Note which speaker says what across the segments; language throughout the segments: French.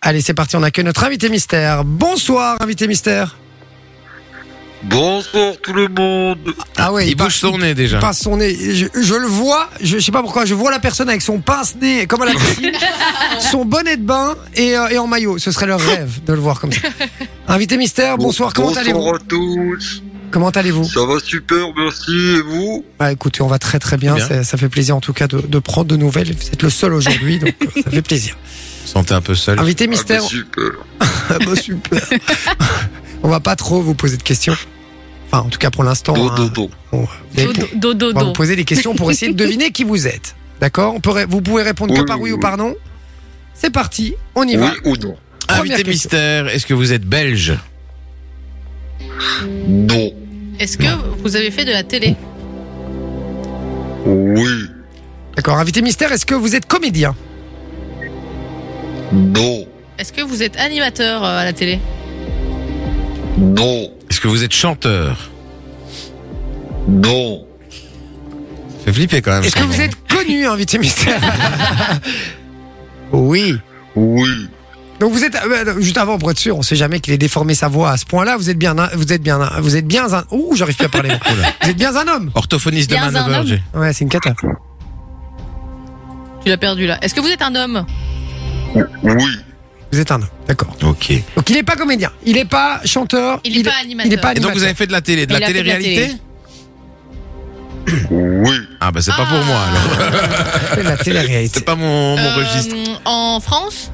Speaker 1: Allez, c'est parti, on accueille notre invité mystère. Bonsoir, invité mystère.
Speaker 2: Bonsoir tout le monde.
Speaker 1: Ah ouais,
Speaker 3: Il bouge
Speaker 1: part-
Speaker 3: son nez déjà.
Speaker 1: il passe son nez. Je, je le vois, je, je sais pas pourquoi, je vois la personne avec son pince-nez, comme à la piscine, son bonnet de bain et, euh, et en maillot. Ce serait leur rêve de le voir comme ça. Invité mystère, Ah, bonsoir, comment allez-vous
Speaker 2: Bonsoir à tous.
Speaker 1: Comment allez-vous
Speaker 2: Ça va super, merci. Et vous Ah,
Speaker 1: bah, Écoutez, on va très très bien.
Speaker 3: Bien.
Speaker 1: Ça, ça fait plaisir en tout cas de, de prendre de nouvelles. Vous êtes le seul aujourd'hui, donc euh, ça fait plaisir.
Speaker 3: Vous sentez un peu seul.
Speaker 1: Invité
Speaker 2: Ah,
Speaker 1: mystère,
Speaker 2: bah, super.
Speaker 1: Ah bah super. on va pas trop vous poser de questions. Enfin, en tout cas pour l'instant.
Speaker 2: Bon,
Speaker 1: hein.
Speaker 2: bon, bon.
Speaker 1: Bon, vous allez
Speaker 4: Dodo, dodo,
Speaker 1: on va vous
Speaker 4: dodo.
Speaker 1: poser des questions pour essayer de deviner qui vous êtes. D'accord On peut ré- Vous pouvez répondre que
Speaker 2: Oui,
Speaker 1: par oui,
Speaker 2: oui,
Speaker 1: ou par non. C'est parti, on y
Speaker 2: Oui
Speaker 1: va.
Speaker 2: ou non
Speaker 1: Première
Speaker 3: Invité
Speaker 1: question.
Speaker 3: mystère, est-ce que vous êtes belge
Speaker 2: Non.
Speaker 4: Est-ce que vous avez fait de la télé
Speaker 2: Oui.
Speaker 1: D'accord, invité mystère, est-ce que vous êtes comédien
Speaker 2: Non.
Speaker 4: Est-ce que vous êtes animateur euh, à la télé
Speaker 2: Non.
Speaker 3: Est-ce que vous êtes chanteur
Speaker 2: Non.
Speaker 3: Ça fait flipper quand même.
Speaker 1: Est-ce que
Speaker 3: son
Speaker 1: vous
Speaker 3: nom.
Speaker 1: êtes connu, invité mystère Oui.
Speaker 2: Oui.
Speaker 1: Donc vous êtes euh, juste avant pour être sûr, on sait jamais qu'il ait déformé sa voix à ce point-là. Vous êtes bien, un- vous êtes bien, un- vous êtes bien un. Ouh, j'arrive plus à parler. vous êtes bien un homme.
Speaker 3: Orthophoniste de
Speaker 4: Bien un
Speaker 3: Manover.
Speaker 4: homme.
Speaker 3: j'ai-
Speaker 1: Ouais, c'est une cata.
Speaker 4: Tu l'as perdu là. Est-ce que vous êtes un homme
Speaker 2: Oui.
Speaker 1: Vous êtes un homme, d'accord.
Speaker 3: Ok. Et
Speaker 1: Donc il n'est pas comédien, il n'est pas chanteur,
Speaker 4: Il est pas animateur.
Speaker 1: Il est pas
Speaker 3: donc
Speaker 1: animateur.
Speaker 3: vous avez fait de la télé, de la
Speaker 4: Il a fait de la
Speaker 3: télé-réalité
Speaker 4: télé.
Speaker 2: Oui.
Speaker 3: Ah bah c'est pas
Speaker 4: Ah.
Speaker 3: pour moi alors.
Speaker 1: C'est de la télé-réalité.
Speaker 3: C'est pas mon, mon
Speaker 4: Euh,
Speaker 3: registre.
Speaker 4: En France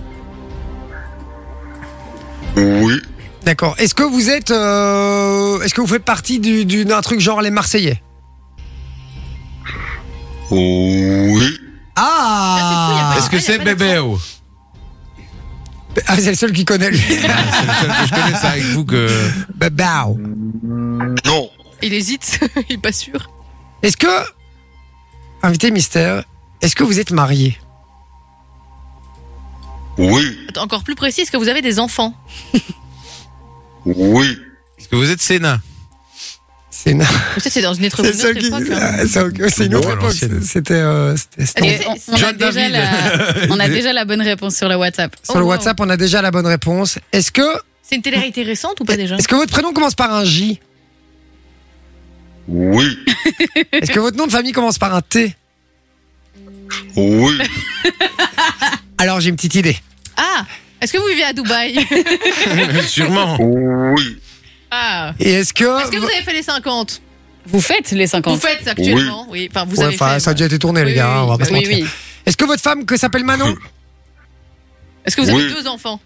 Speaker 2: Oui.
Speaker 1: D'accord. Est-ce que vous êtes, euh, est-ce que vous faites partie du- du- d'un truc genre les Marseillais
Speaker 2: Oui.
Speaker 1: Ah,
Speaker 4: Ah, c'est fou,
Speaker 3: Est-ce que
Speaker 4: il y
Speaker 3: c'est
Speaker 4: a pas d'accent.
Speaker 3: Bébéo
Speaker 1: Ah, c'est le seul qui connaît. lui.
Speaker 3: C'est le seul que je connais, c'est avec vous que.
Speaker 1: Bah, bah, oh.
Speaker 2: Non.
Speaker 4: Il hésite, il est pas sûr.
Speaker 1: Est-ce que, invité mystère, est-ce que vous êtes marié
Speaker 2: Oui.
Speaker 4: Attends, Encore plus précis, est-ce que vous avez des enfants
Speaker 2: Oui.
Speaker 3: Est-ce que vous êtes Sénat
Speaker 1: C'est une,
Speaker 4: Vous savez, c'est dans une autre, une autre époque. hein.
Speaker 1: Ah, c'est- c'est une
Speaker 3: Bon,
Speaker 1: autre
Speaker 3: à
Speaker 1: époque.
Speaker 3: l'ancienne.
Speaker 1: C'était, euh, c'était- c'était-
Speaker 5: Et on, on a
Speaker 3: John
Speaker 5: déjà
Speaker 3: David.
Speaker 5: la, on a déjà la bonne réponse sur le WhatsApp.
Speaker 1: sur le
Speaker 4: Oh, wow.
Speaker 1: WhatsApp, on a déjà la bonne réponse. Est-ce que,
Speaker 4: C'est une télé-réalité récente ou pas déjà
Speaker 1: est-ce que votre prénom commence par un J
Speaker 2: Oui.
Speaker 1: Est-ce que votre nom de famille commence par un T
Speaker 2: Oui.
Speaker 1: Alors j'ai une petite idée.
Speaker 4: Ah Est-ce que vous vivez à Dubaï
Speaker 3: Sûrement.
Speaker 2: Oui.
Speaker 4: Ah
Speaker 1: Et est-ce que,
Speaker 4: Est-ce que vous avez fait les 50
Speaker 5: Vous faites les 50
Speaker 4: Vous faites actuellement Oui, enfin vous
Speaker 1: Ouais,
Speaker 4: avez
Speaker 1: enfin,
Speaker 4: fait.
Speaker 1: ça a déjà été tourné, les
Speaker 4: Oui,
Speaker 1: gars. hein,
Speaker 4: oui,
Speaker 1: on va pas se
Speaker 5: Oui,
Speaker 1: mentir.
Speaker 5: oui.
Speaker 1: Est-ce que votre femme que s'appelle Manon
Speaker 4: Est-ce que vous avez
Speaker 2: Oui.
Speaker 4: deux enfants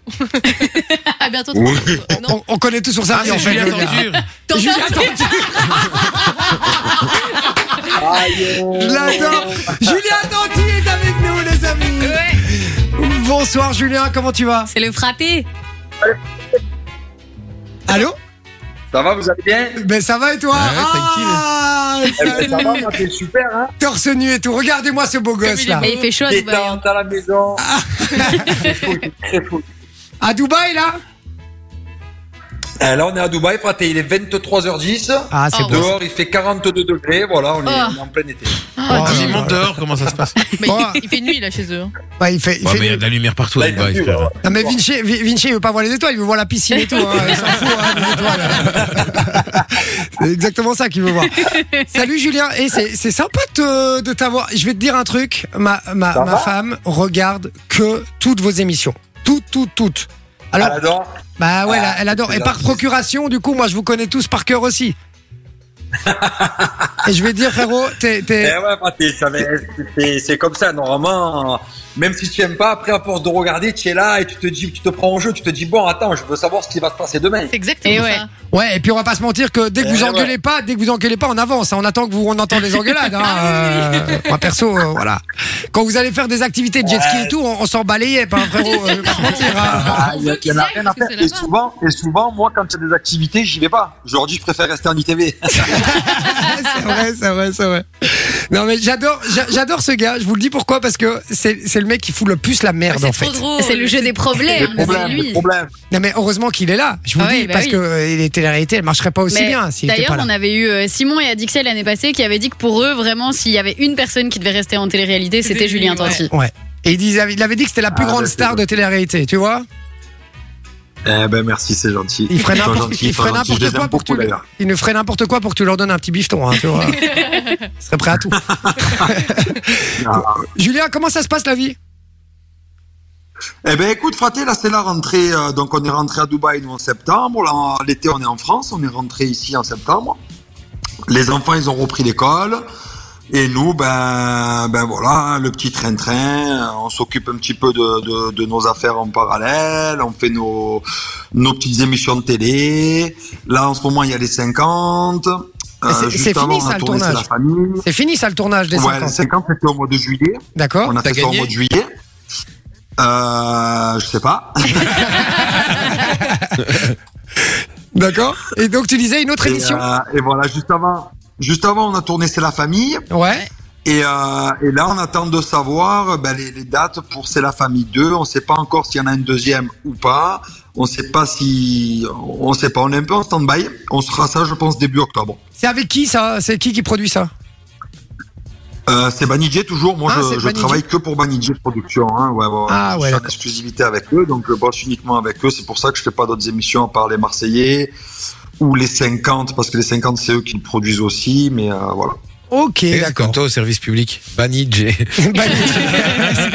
Speaker 4: À bientôt.
Speaker 2: Oui.
Speaker 4: trois. Non,
Speaker 1: on, on connaît tout sur sa
Speaker 3: Ah,
Speaker 1: vie
Speaker 3: c'est
Speaker 1: en fait.
Speaker 3: Julien
Speaker 1: le gars.
Speaker 3: Tordure.
Speaker 4: t'en
Speaker 1: Julien
Speaker 4: penses-
Speaker 1: Je l'adore. Julien Tanti est avec nous, les amis. Bonsoir, Julien. Comment tu vas
Speaker 5: C'est le frappé.
Speaker 1: Allô
Speaker 6: Ça va, vous allez bien
Speaker 1: Ben ça va et toi
Speaker 3: Ouais, ouais,
Speaker 1: Ah,
Speaker 6: Eh ben, Ça va,
Speaker 1: salut.
Speaker 6: moi c'est super, hein
Speaker 1: Torse nu et tout. Regardez-moi ce beau gosse là.
Speaker 5: Mais il fait chaud à Dubaï, hein.
Speaker 6: Détente à la maison.
Speaker 5: Ah.
Speaker 6: Très fou, très fou.
Speaker 1: À Dubaï là
Speaker 6: Eh, Là, on est à Dubaï, fraté, il est 23h10.
Speaker 1: Ah, c'est
Speaker 4: Oh,
Speaker 1: beau.
Speaker 6: Dehors, il fait 42 degrés. Voilà, on est,
Speaker 4: Ah.
Speaker 6: on est en plein été.
Speaker 1: Oh,
Speaker 3: Quand
Speaker 1: là,
Speaker 3: ils
Speaker 1: là,
Speaker 3: montent
Speaker 1: là.
Speaker 3: Ah, dehors, comment ça se passe
Speaker 4: Mais
Speaker 1: Bon.
Speaker 4: il, il fait nuit là chez eux. hein.
Speaker 1: Ouais, il fait, il
Speaker 3: Ouais,
Speaker 1: fait
Speaker 3: mais il y a
Speaker 1: nuit.
Speaker 3: de la lumière partout à
Speaker 6: Là, il hein. y a
Speaker 3: Dubaï,
Speaker 6: plus,
Speaker 3: frère.
Speaker 6: voilà.
Speaker 1: Non, mais Vinci, Vi- Vinci, il veut pas voir les étoiles, il veut voir la piscine et tout. hein, il s'en fout, hein, des étoiles. C'est exactement ça qu'il veut voir. Salut Julien, et c'est c'est sympa de, de t'avoir. Je vais te dire un truc. Ma, ma,
Speaker 6: Ça
Speaker 1: ma
Speaker 6: va
Speaker 1: femme regarde que toutes vos émissions. Toutes, toutes, toutes. Alors,
Speaker 6: Ah, là-dedans.
Speaker 1: bah ouais, elle,
Speaker 6: Ah,
Speaker 1: elle adore.
Speaker 6: c'est
Speaker 1: Et par
Speaker 6: gentil.
Speaker 1: procuration, du coup, moi, je vous connais tous par cœur aussi. et je vais te dire, frérot, t'es.
Speaker 6: Eh
Speaker 1: t'es-
Speaker 6: ouais, fraté, ça va- c'est- c'est comme ça, normalement. Même si tu aimes pas, après, à force de regarder, tu es là et tu te dis, tu te prends en jeu, tu te dis, bon, attends, je veux savoir ce qui va se passer demain.
Speaker 4: C'est exactement
Speaker 5: Et ouais.
Speaker 4: ça.
Speaker 1: Ouais, et puis on va pas se mentir que dès que
Speaker 6: Eh
Speaker 1: vous
Speaker 6: ouais.
Speaker 1: engueulez pas, dès que vous engueulez pas, on avance. hein. On attend que vous on entend les engueulades. Hein. Euh, moi perso, euh, voilà. Quand vous allez faire des activités de jet ski et tout, on, on s'en balayait, pas frérot. euh, je vais pas te mentir, hein.
Speaker 6: Ah,
Speaker 4: On
Speaker 6: Il y a-
Speaker 4: veut
Speaker 6: il y en a
Speaker 4: qu'il
Speaker 6: rien à
Speaker 4: aille, parce
Speaker 6: faire.
Speaker 4: que c'est
Speaker 6: Et
Speaker 4: là-bas.
Speaker 6: souvent, et souvent, moi, quand il y a des activités, j'y vais pas. Aujourd'hui, je préfère rester en ITV.
Speaker 1: c'est vrai, c'est vrai, c'est vrai. Non mais j'adore, j'a- j'adore ce gars. Je vous le dis pourquoi parce que c'est c'est le mec qui fout le plus la merde
Speaker 4: C'est
Speaker 1: en fait.
Speaker 4: trop drôle.
Speaker 5: C'est Oh, le jeu des
Speaker 6: Les
Speaker 5: problèmes. Eh, C'est
Speaker 6: problèmes, les
Speaker 5: lui.
Speaker 6: problèmes.
Speaker 1: Non mais heureusement qu'il est là. Je vous
Speaker 5: Ah
Speaker 1: le dis
Speaker 5: oui, bah
Speaker 1: parce
Speaker 5: oui.
Speaker 1: que euh, les télé-réalités, elles marcheraient pas aussi
Speaker 5: Mais
Speaker 1: bien s'il était
Speaker 5: D'ailleurs,
Speaker 1: pas là.
Speaker 5: on avait eu euh, Simon et Adixel l'année passée qui avaient dit que pour eux, vraiment, s'il y avait une personne qui devait rester en télé-réalité,
Speaker 4: C'était
Speaker 5: c'était
Speaker 4: lui,
Speaker 5: Julien
Speaker 4: ouais.
Speaker 5: Tanti.
Speaker 1: Ouais. Et il, disait, il avait dit que c'était la plus
Speaker 6: Ah,
Speaker 1: grande
Speaker 6: bah, c'est
Speaker 1: star
Speaker 6: bon.
Speaker 1: de télé-réalité, tu vois
Speaker 6: Eh ben merci, c'est gentil.
Speaker 1: Il ferait
Speaker 6: Ils sont
Speaker 1: n'importe
Speaker 6: gentils,
Speaker 1: il
Speaker 6: ils sont
Speaker 1: ferait
Speaker 6: gentils. Je
Speaker 1: n'importe
Speaker 6: les aime
Speaker 1: quoi pour que
Speaker 6: beaucoup,
Speaker 1: tu lui-
Speaker 6: d'ailleurs.
Speaker 1: il ne ferait n'importe quoi pour que tu leur donnes un petit bifton, hein, tu vois. Il serait prêt à tout.
Speaker 6: Ah.
Speaker 1: Julien, comment ça se passe la vie
Speaker 6: Eh ben écoute, fraté, là c'est la rentrée. euh, donc on est rentré à Dubaï nous en septembre. Là, l'été on est en France, on est rentré ici en septembre. Les enfants ils ont repris l'école. Et nous, ben, ben voilà, hein, le petit train-train, euh, on s'occupe un petit peu de, de, de nos affaires en parallèle, on fait nos, nos petites émissions de télé. Là, en ce moment, il y a les 50. Euh,
Speaker 1: Mais c'est-
Speaker 6: juste
Speaker 1: c'est fini,
Speaker 6: avant, on a
Speaker 1: ça, le
Speaker 6: tourné, c'est
Speaker 1: tournage.
Speaker 6: La famille.
Speaker 1: C'est fini ça le tournage des
Speaker 6: Ouais, les
Speaker 1: 50.
Speaker 6: 50, c'était au mois de juillet.
Speaker 1: D'accord
Speaker 6: On a
Speaker 3: Ah, T'as
Speaker 6: fait ça au
Speaker 3: gagné
Speaker 6: mois de juillet. Euh, je sais pas.
Speaker 1: D'accord. Et donc tu disais une autre
Speaker 6: Et,
Speaker 1: émission
Speaker 6: euh, et voilà, juste avant, juste avant, on a tourné C'est la famille.
Speaker 1: Ouais.
Speaker 6: Et, euh, et là, on attend de savoir euh, ben, les, les dates pour C'est la famille 2. On sait pas encore s'il y en a une deuxième ou pas. On sait pas si, on sait pas. On est un peu en stand-by. On sera ça, je pense, début octobre.
Speaker 1: C'est avec qui ça C'est qui qui produit ça
Speaker 6: Euh, c'est Banijé toujours. Moi,
Speaker 1: Ah,
Speaker 6: je-
Speaker 1: c'est
Speaker 6: je,
Speaker 1: Banijé.
Speaker 6: travaille que pour Banijé Productions. Hein. Ouais, ouais, ouais.
Speaker 1: Ah, ouais,
Speaker 6: je suis en
Speaker 1: d'accord.
Speaker 6: exclusivité avec eux, donc je bosse uniquement avec eux. C'est pour ça que je fais pas d'autres émissions à part les Marseillais ou les 50, parce que les 50, c'est eux qui le produisent aussi. Mais euh, voilà.
Speaker 1: Ok,
Speaker 3: Et c'est
Speaker 1: d'accord.
Speaker 3: comme toi au service public. Banni J.
Speaker 1: Banni. Euh,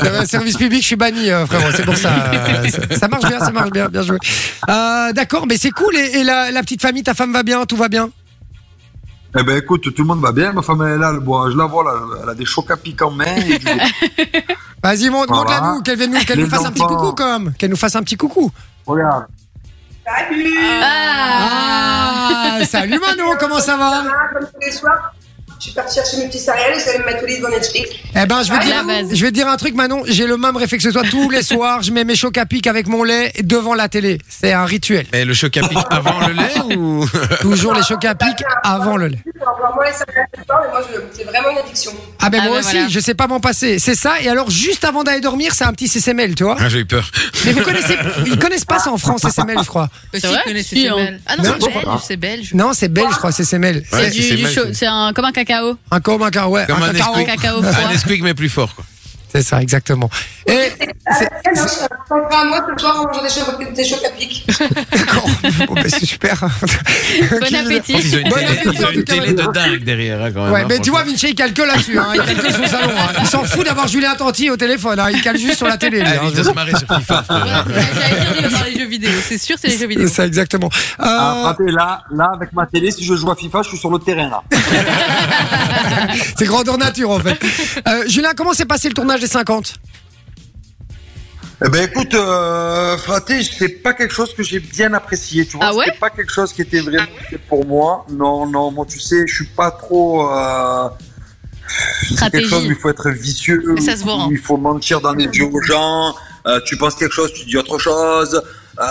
Speaker 1: Bah, Service public, je suis banni, euh, frérot. C'est pour ça. euh, ça- ça marche bien, ça marche bien, bien joué. Euh, D'accord, mais c'est cool. Et, et la, la petite famille, ta femme va bien, tout va bien.
Speaker 6: Eh ben, écoute, tout le monde va bien. Ma femme, elle est là, elle boit. Je la vois, là, elle a des chocs à pic en main. et du-
Speaker 1: Vas-y, monte,
Speaker 6: Voilà.
Speaker 1: monte-la nous, qu'elle vienne nous, qu'elle
Speaker 6: Les
Speaker 1: nous fasse un petit
Speaker 6: enfants.
Speaker 1: coucou quand même, qu'elle nous fasse un petit coucou.
Speaker 6: Regarde.
Speaker 1: Ah, salut Manon, comment ça va
Speaker 7: Ah, Comme tous les soirs, je suis partie chercher mes petits céréales et j'allais me mettre au lit devant Netflix.
Speaker 1: Eh ben, je vais
Speaker 5: Ah,
Speaker 1: dire,
Speaker 5: la base.
Speaker 1: je vais te dire un truc, Manon. J'ai le même réflexe que toi tous les soirs. Je mets mes chocs à pic avec mon lait devant la télé. C'est un rituel.
Speaker 3: Mais le choc à pic avant le lait ou
Speaker 1: Toujours les chocs à pic avant le lait.
Speaker 7: Pour avoir moins les céréales tout le temps, mais moi, je- c'est vraiment une addiction.
Speaker 1: Ah ben
Speaker 5: Ah
Speaker 1: moi
Speaker 5: ben
Speaker 1: aussi,
Speaker 5: voilà.
Speaker 1: je sais pas m'en passer. C'est ça. Et alors juste avant d'aller dormir, c'est un petit CCML, tu vois.
Speaker 3: Ah, j'ai eu peur.
Speaker 1: Mais vous connaissez, ils connaissent pas ça en France, CCML, je crois.
Speaker 4: Bah,
Speaker 5: C'est
Speaker 4: si,
Speaker 5: vrai
Speaker 4: connaissez,
Speaker 5: Si,
Speaker 4: c'est
Speaker 5: hein.
Speaker 4: belge. Ah non,
Speaker 1: Non,
Speaker 4: c'est
Speaker 6: c'est pas
Speaker 4: belge,
Speaker 6: grave.
Speaker 4: c'est belge.
Speaker 1: Non, c'est belge, je crois, CCML.
Speaker 5: C'est
Speaker 3: Ouais,
Speaker 5: du,
Speaker 3: c'est
Speaker 5: du
Speaker 3: mal,
Speaker 5: chaud-
Speaker 3: c'est-
Speaker 5: c'est un, comme un cacao.
Speaker 1: Un comme un car- ouais,
Speaker 3: Comme un,
Speaker 1: un cacao.
Speaker 3: Nesquik.
Speaker 5: cacao
Speaker 3: Un
Speaker 5: froid.
Speaker 3: Nesquik, mais plus fort. Quoi.
Speaker 1: C'est ça, exactement. Et
Speaker 7: Ah non, je suis à moi ce soir en mangeant des chocs, des chocs à pic.
Speaker 1: d'accord. Bon, ben, c'est super.
Speaker 5: Bon
Speaker 3: Je pense
Speaker 5: appétit.
Speaker 3: qu'ils ont une
Speaker 1: Bon
Speaker 3: télé,
Speaker 1: appétit,
Speaker 3: ils ont
Speaker 1: en tout
Speaker 3: une
Speaker 1: cas,
Speaker 3: télé de dingue derrière. hein, quand même,
Speaker 1: Ouais,
Speaker 3: hein,
Speaker 1: mais tu vois,
Speaker 3: franchement.
Speaker 1: Vinci, il calque là-dessus. Hein, il calque son salon. hein. Il s'en fout d'avoir Julien Tanti au téléphone. Hein, il calque juste sur la télé. lui,
Speaker 3: Ah,
Speaker 1: hein.
Speaker 3: il doit se marrer sur FIFA. frère.
Speaker 4: Voilà, j'allais dire, il va dans les jeux vidéo. C'est sûr, c'est les jeux vidéo.
Speaker 1: C'est ça, exactement. Euh,
Speaker 6: Ah, frappé, là, là, avec ma télé, si je joue à FIFA, je suis sur le terrain, là.
Speaker 1: c'est grandeur nature, en fait. Euh, Julien, comment s'est passé le tournage des 50
Speaker 6: Eh ben écoute, euh, fraté, c'est pas quelque chose que j'ai bien apprécié, tu vois.
Speaker 5: Ah ouais
Speaker 6: C'était pas quelque chose qui était vraiment
Speaker 4: Ah
Speaker 6: fait pour moi. Non, non, moi tu sais, je suis pas trop. Euh, c'est
Speaker 5: Stratégie.
Speaker 6: Quelque chose où il faut être vicieux.
Speaker 4: Mais ça se voit, hein.
Speaker 6: où Il faut mentir dans les yeux aux gens. Euh, tu penses quelque chose, tu dis autre chose. Euh,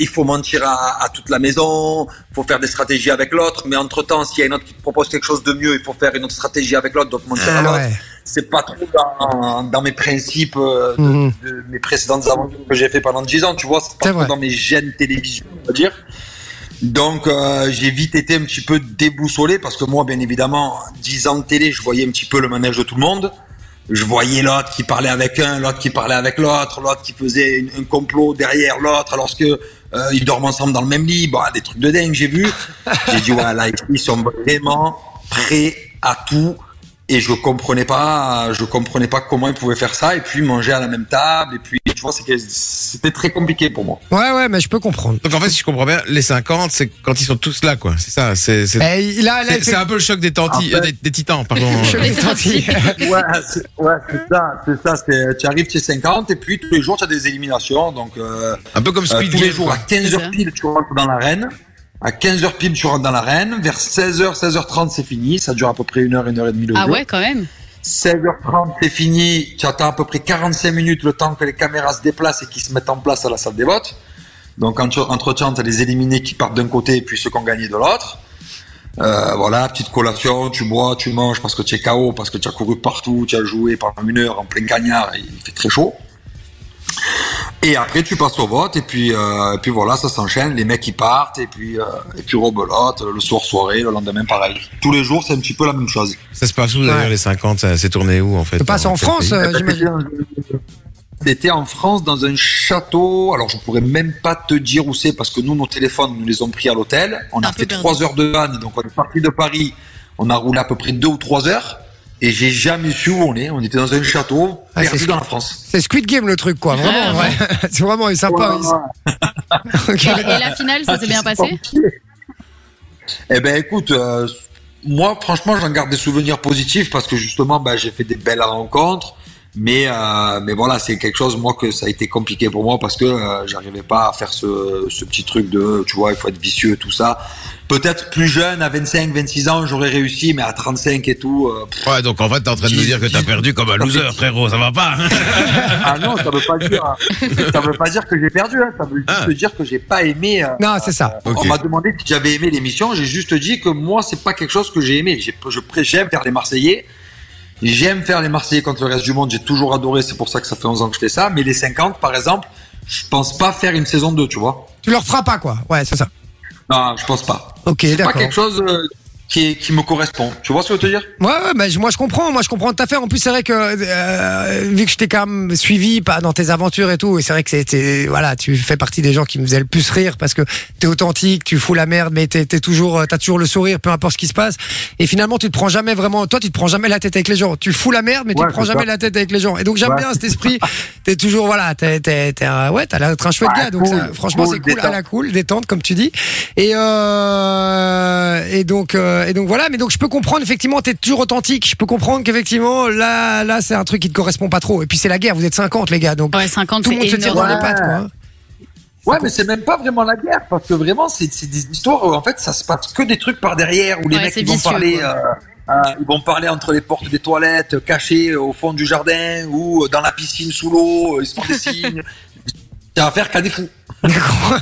Speaker 6: il faut mentir à, à toute la maison. Il faut faire des stratégies avec l'autre. Mais entre temps, s'il y a une autre qui te propose quelque chose de mieux, il faut faire une autre stratégie avec l'autre. Donc mentir
Speaker 1: Ah
Speaker 6: à l'autre c'est pas trop dans, dans mes principes euh, de,
Speaker 1: Mhm.
Speaker 6: de mes précédentes aventures que j'ai fait pendant 10 ans, tu vois, c'est
Speaker 1: C'est
Speaker 6: pas trop
Speaker 1: vrai.
Speaker 6: dans mes gènes télévision, on va dire. Donc euh, j'ai vite été un petit peu déboussolé parce que moi, bien évidemment, 10 ans de télé, je voyais un petit peu le manège de tout le monde. Je voyais l'autre qui parlait avec un, l'autre qui parlait avec l'autre, l'autre qui faisait une- un complot derrière l'autre, alors que euh, ils dorment ensemble dans le même lit, bah, des trucs de dingue, j'ai vu. J'ai dit, ouais, là, ils sont vraiment prêts à tout. Et je comprenais pas, je comprenais pas comment ils pouvaient faire ça et puis manger à la même table et puis tu vois c'est que c'était très compliqué pour moi.
Speaker 1: Ouais, ouais, mais je peux comprendre.
Speaker 3: Donc en fait, si je comprends bien, les 50, c'est quand ils sont tous là, quoi. C'est ça. C'est c'est-
Speaker 1: Eh, il- là, là,
Speaker 3: c'est-
Speaker 1: il
Speaker 3: c'est
Speaker 1: fait-
Speaker 3: un peu le choc des, tantis,
Speaker 6: En fait-
Speaker 3: euh, des, des titans, pardon.
Speaker 1: je
Speaker 3: Ouais.
Speaker 1: vais tanti.
Speaker 6: Ouais, c'est ouais, c'est ça, c'est ça, c'est tu arrives chez 50 et puis tous les jours tu as des éliminations donc euh,
Speaker 3: Un peu comme
Speaker 6: euh,
Speaker 3: Squid
Speaker 6: tous les
Speaker 3: Game.
Speaker 6: jours à
Speaker 3: quoi.
Speaker 6: 15h pile tu rentres dans l'arène. À 15h pile tu rentres dans l'arène, vers 16h 16h30 c'est fini, ça dure à peu près une heure, une heure et demie le
Speaker 5: Ah
Speaker 6: jeu.
Speaker 5: ouais, quand même.
Speaker 6: 16h30 c'est fini, tu attends à peu près 45 minutes le temps que les caméras se déplacent et qu'ils se mettent en place à la salle des votes. Donc entre- entre-temps, tu as les éliminés qui partent d'un côté et puis ceux qui ont gagné de l'autre. Euh, voilà, petite collation, tu bois, tu manges parce que tu es KO, parce que tu as couru partout, tu as joué pendant une heure en plein cagnard, et il fait très chaud. Et après, tu passes au vote, et puis, euh, et puis voilà, ça s'enchaîne, les mecs ils partent, et puis, euh, et puis rebelote, le soir soirée, le lendemain pareil. Tous les jours, c'est un petit peu la même chose.
Speaker 3: Ça se passe où d'ailleurs
Speaker 1: Ouais.
Speaker 3: les 50 ça- C'est tourné où en fait
Speaker 1: Ça passe
Speaker 3: dans
Speaker 1: en
Speaker 3: quel
Speaker 1: France,
Speaker 3: pays
Speaker 1: euh, j'imagine.
Speaker 6: C'était en France, dans un château. Alors, je pourrais même pas te dire où c'est parce que nous, nos téléphones, nous les ont pris à l'hôtel. On
Speaker 4: Un
Speaker 6: a
Speaker 4: peu
Speaker 6: fait
Speaker 4: perdu.
Speaker 6: trois heures de van, donc on est parti de Paris. On a roulé à peu près deux ou trois heures. Et j'ai jamais su où on est. On était dans un château,
Speaker 1: Ah, c'est
Speaker 6: perdu
Speaker 1: ce-
Speaker 6: dans la France.
Speaker 1: C'est Squid Game le truc, quoi. Vraiment, ouais. C'est vraiment sympa.
Speaker 5: Et,
Speaker 1: Ok.
Speaker 5: et la finale,
Speaker 1: Ah,
Speaker 5: ça s'est bien passé
Speaker 6: Eh ben, écoute, euh, moi, franchement, j'en garde des souvenirs positifs parce que justement, ben, j'ai fait des belles rencontres. Mais, euh, mais voilà, c'est quelque chose, moi, que ça a été compliqué pour moi parce que euh, j'arrivais pas à faire ce, ce petit truc de, tu vois, il faut être vicieux, tout ça. Peut-être plus jeune, à 25, 26 ans, j'aurais réussi, mais à 35 et tout, euh, pff,
Speaker 3: Ouais, donc en fait, t'es en train de nous dire que t'as perdu comme un loser, frérot, ça va pas. hein
Speaker 6: ah non, ça veut pas dire, ça veut pas dire que j'ai perdu, hein, ça veut juste
Speaker 3: Ah.
Speaker 6: dire que j'ai pas aimé. euh,
Speaker 1: Non, c'est ça.
Speaker 3: Ok.
Speaker 6: On m'a demandé si j'avais aimé l'émission. J'ai juste dit que moi, c'est pas quelque chose que j'ai aimé. J'ai- je pré- J'aime faire les Marseillais. J'aime faire les Marseillais contre le reste du monde. J'ai toujours adoré. C'est pour ça que ça fait 11 ans que je fais ça. Mais les 50, par exemple, je pense pas faire une saison 2, tu vois.
Speaker 1: Tu leur feras pas, quoi. Ouais, c'est ça.
Speaker 6: Non, je pense pas.
Speaker 1: Ok,
Speaker 6: C'est pas
Speaker 1: d'accord.
Speaker 6: quelque chose euh, qui, est- qui me correspond. Tu vois ce que je veux te dire?
Speaker 1: Ouais, ouais, bah, je- moi je comprends, moi je comprends ta affaire. En plus, c'est vrai que euh, vu que je t'ai quand même suivi pas dans tes aventures et tout, et c'est vrai que c'était voilà, tu fais partie des gens qui me faisaient le plus rire parce que t'es authentique, tu fous la merde, mais t'es t'es toujours, euh, t'as toujours le sourire, peu importe ce qui se passe. Et finalement, tu te prends jamais vraiment, toi, tu te prends jamais la tête avec les gens. Tu fous la merde, mais tu
Speaker 6: Ouais,
Speaker 1: te prends
Speaker 6: c'est
Speaker 1: jamais
Speaker 6: ça.
Speaker 1: la tête avec les gens. Et donc j'aime
Speaker 6: Ouais.
Speaker 1: bien cet esprit. t'es toujours voilà, t'es t'es t'es un- ouais, t'as l'air d'être un chouette
Speaker 6: Ouais,
Speaker 1: gars. Donc
Speaker 6: Bah, cool,
Speaker 1: ça, franchement,
Speaker 6: cool,
Speaker 1: c'est cool à
Speaker 6: détente.
Speaker 1: la cool, détente comme tu dis. Et, euh, et donc euh, et donc voilà, mais donc je peux comprendre effectivement, t'es toujours authentique. Je peux comprendre qu'effectivement là là c'est un truc qui te correspond pas trop. Et puis c'est la guerre, vous êtes 50 les gars, donc
Speaker 5: Ouais, 50,
Speaker 1: tout
Speaker 5: c'est
Speaker 1: le monde se tire dans
Speaker 5: énorme.
Speaker 1: les
Speaker 6: Ouais.
Speaker 1: pattes quoi. hein.
Speaker 6: Ouais, mais c'est même pas vraiment la guerre, parce que vraiment, c'est c'est des histoires où en fait, ça se passe que des trucs par derrière, où les
Speaker 5: Ouais,
Speaker 6: mecs
Speaker 5: c'est
Speaker 6: ils vont
Speaker 5: vicieux,
Speaker 6: parler,
Speaker 5: quoi.
Speaker 6: euh, euh, ils vont parler entre les portes des toilettes, cachés au fond du jardin, ou euh, dans la piscine sous l'eau, euh, ils se font des signes. C'est à faire qu'à des fous.
Speaker 1: D'accord.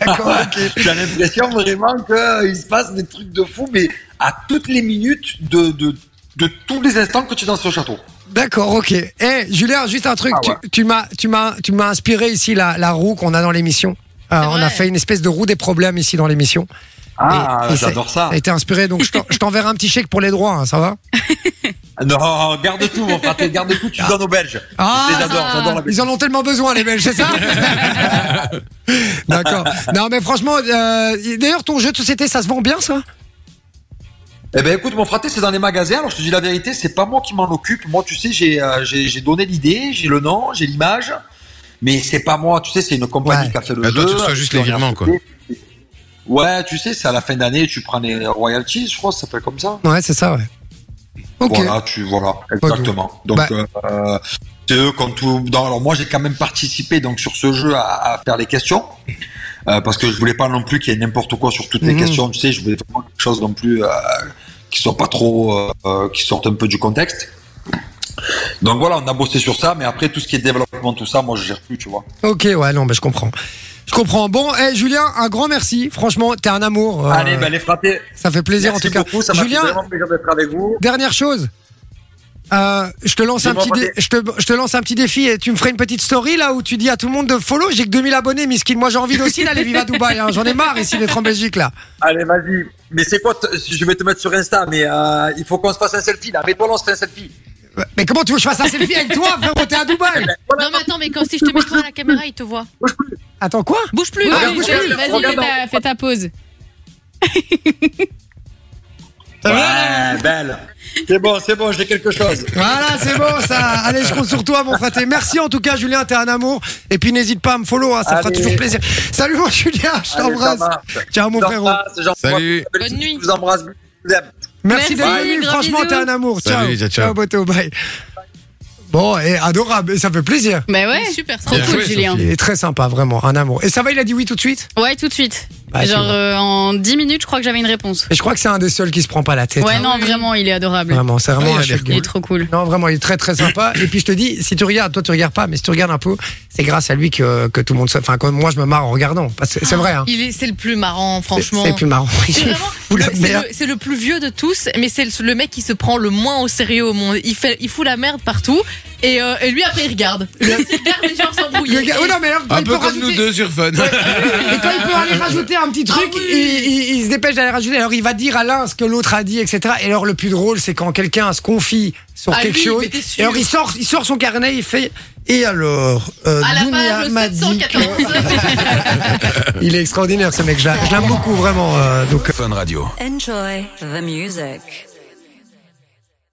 Speaker 1: D'accord, ok.
Speaker 6: J'ai l'impression vraiment qu'il se passe des trucs de fous, mais à toutes les minutes de, de, de tous les instants que tu es dans ce château.
Speaker 1: D'accord, ok. Eh, Julien, juste un truc.
Speaker 6: Ah
Speaker 1: tu-
Speaker 6: ouais.
Speaker 1: Tu m'as, tu m'as, tu m'as inspiré ici la, la roue qu'on a dans l'émission. Euh,
Speaker 4: C'est
Speaker 1: on a
Speaker 4: vrai.
Speaker 1: fait une espèce de roue des problèmes ici dans l'émission.
Speaker 6: Ah,
Speaker 1: Et- et
Speaker 6: j'adore
Speaker 1: Ça
Speaker 6: ça.
Speaker 1: a été inspiré, donc je t'en- je t'enverrai un petit chèque pour les droits, hein, ça va
Speaker 6: Non, garde tout, mon frère, garde tout, tu donnes aux Belges.
Speaker 1: Ah,
Speaker 6: Je les adore, j'adore la Belgique.
Speaker 1: Ils en ont tellement besoin, les Belges, c'est ça D'accord. Non, mais franchement, euh, d'ailleurs, ton jeu de société, ça se vend bien, ça
Speaker 6: Eh ben écoute, mon fraté, c'est dans les magasins. Alors je te dis la vérité, c'est pas moi qui m'en occupe. Moi, tu sais, j'ai euh, j'ai j'ai donné l'idée, j'ai le nom, j'ai l'image, mais c'est pas moi. Tu sais, c'est une compagnie
Speaker 1: Ouais.
Speaker 6: qui a fait le
Speaker 3: Bah,
Speaker 6: jeu.
Speaker 3: toi, tu reçois juste les virements, quoi.
Speaker 6: Ouais, tu sais, c'est à la fin d'année, tu prends les royalties, je crois, ça s'appelle comme ça.
Speaker 1: Ouais, c'est ça, ouais. Ok.
Speaker 6: Voilà, tu voilà, exactement. Donc
Speaker 1: Bah.
Speaker 6: euh, c'est eux quand tout. non, alors moi j'ai quand même participé donc sur ce jeu à, à faire les questions euh, parce que je voulais pas non plus qu'il y ait n'importe quoi sur toutes les
Speaker 1: Mhm.
Speaker 6: questions. Tu sais, je voulais vraiment quelque chose non plus euh, qui soit pas trop, euh, euh, qui sorte un peu du contexte. Donc voilà, on a bossé sur ça, mais après tout ce qui est développement, tout ça, moi je gère plus, tu vois.
Speaker 1: Ok, ouais, non, mais je comprends. Je comprends. Bon, eh, Julien, un grand merci. Franchement, t'es un amour. euh,
Speaker 6: Allez, ben les frappés.
Speaker 1: ça fait plaisir,
Speaker 6: Merci
Speaker 1: en tout cas.
Speaker 6: beaucoup, ça m'a fait
Speaker 1: Julien,
Speaker 6: vraiment plaisir d'être avec vous.
Speaker 1: Dernière chose. Euh, je te lance un
Speaker 6: Dis-moi,
Speaker 1: petit dé- je, te, je te lance un petit défi et tu me ferais une petite story là où tu dis à tout le monde de follow j'ai que 2000 abonnés miskin moi j'ai envie d'aussi d'aller vivre à Dubaï hein. j'en ai marre ici d'être en Belgique là
Speaker 6: Allez, vas-y. Mais c'est quoi t- Je vais te mettre sur Insta, mais euh, il faut qu'on se fasse un selfie là. Mets-toi là, on se fait un selfie.
Speaker 1: mais comment tu veux que je fasse un selfie avec toi frérot t'es à Dubaï
Speaker 4: Non, mais attends, mais quand si je te mets devant la caméra, il te voit.
Speaker 1: attends quoi
Speaker 4: Bouge plus.
Speaker 5: Oui,
Speaker 1: Ah,
Speaker 5: oui,
Speaker 1: bouge
Speaker 5: vas-y,
Speaker 1: plus.
Speaker 5: vas-y, fais ta, fais ta pause.
Speaker 6: Ouais, belle. C'est bon, c'est bon, j'ai quelque chose.
Speaker 1: voilà c'est bon ça allez je compte sur toi mon frère merci en tout cas Julien t'es un amour et puis n'hésite pas à me follow hein, ça fera
Speaker 6: Allez.
Speaker 1: toujours plaisir salut mon Julien je
Speaker 6: Allez, ça
Speaker 1: t'embrasse
Speaker 6: marche.
Speaker 1: ciao mon
Speaker 6: Je
Speaker 1: frérot
Speaker 6: t'embrasse, j'en-
Speaker 3: Salut.
Speaker 4: Bonne nuit.
Speaker 6: Je vous embrasse. Je vous aime.
Speaker 1: Merci,
Speaker 5: Merci,
Speaker 1: d'être venu.
Speaker 5: gros
Speaker 1: Franchement,
Speaker 5: bisous.
Speaker 1: t'es un amour.
Speaker 3: Salut,
Speaker 1: ciao.
Speaker 3: ciao, ciao.
Speaker 1: Boto, bye. Bon, et adorable, et ça fait plaisir.
Speaker 5: Bah ouais,
Speaker 4: Super
Speaker 5: trop
Speaker 4: sympa.
Speaker 3: Bien
Speaker 5: cool,
Speaker 3: joué,
Speaker 5: Julien.
Speaker 3: Sophie.
Speaker 1: Il est très sympa, vraiment, un amour. Et ça va, il a dit oui tout de suite
Speaker 5: Ouais, tout de suite.
Speaker 1: Bah, tu
Speaker 5: Genre,
Speaker 1: vois.
Speaker 5: euh, en 10 minutes, je crois que j'avais une réponse.
Speaker 1: Et je crois que c'est un des seuls qui se prend pas la tête.
Speaker 5: Ouais,
Speaker 1: hein.
Speaker 5: non, vraiment, il est adorable.
Speaker 1: Vraiment, c'est vraiment
Speaker 3: Ouais, il
Speaker 1: un
Speaker 3: a l'air
Speaker 1: chef
Speaker 5: Il
Speaker 1: de-
Speaker 5: est trop cool.
Speaker 1: Non, vraiment, il est très très sympa. Et puis je te dis, si tu regardes, toi tu regardes pas, mais si tu regardes un peu, c'est grâce à lui que, que tout le monde se. Enfin, que moi je me marre en regardant. Parce que C'est vrai, hein.
Speaker 4: Il est, c'est le plus marrant, Ah, franchement.
Speaker 1: C'est plus marrant.
Speaker 4: C'est vraiment
Speaker 1: Ou la
Speaker 4: le- c'est
Speaker 1: merde.
Speaker 4: le, c'est le plus vieux de tous, mais c'est le, le mec qui se prend le moins au sérieux au monde. Il fait, il fout la merde partout, Et, euh, et lui, après, il regarde. Lui, il regarde les gens s'embrouiller.
Speaker 1: Le gars- ouais, non, mais alors,
Speaker 3: Un
Speaker 1: il
Speaker 3: peu
Speaker 1: peut
Speaker 3: comme nous
Speaker 1: rajouter-
Speaker 3: deux sur Fun.
Speaker 1: Et quand il peut aller rajouter un petit truc,
Speaker 4: Ah oui.
Speaker 1: il, il- il se dépêche d'aller rajouter. Alors il va dire à l'un ce que l'autre a dit, etc. Et alors le plus drôle, c'est quand quelqu'un se confie sur
Speaker 4: Ah,
Speaker 1: quelque
Speaker 4: lui,
Speaker 1: chose.
Speaker 4: mais t'es sûr.
Speaker 1: Et alors il sort, il sort son carnet, il fait. Et alors, euh,
Speaker 4: À la
Speaker 1: Dounia
Speaker 4: page
Speaker 1: m'a dit
Speaker 4: 714.
Speaker 1: que- Il est extraordinaire ce mec. Je l'a- je l'aime beaucoup vraiment. euh, donc.
Speaker 8: Fun Radio.
Speaker 9: Enjoy the music.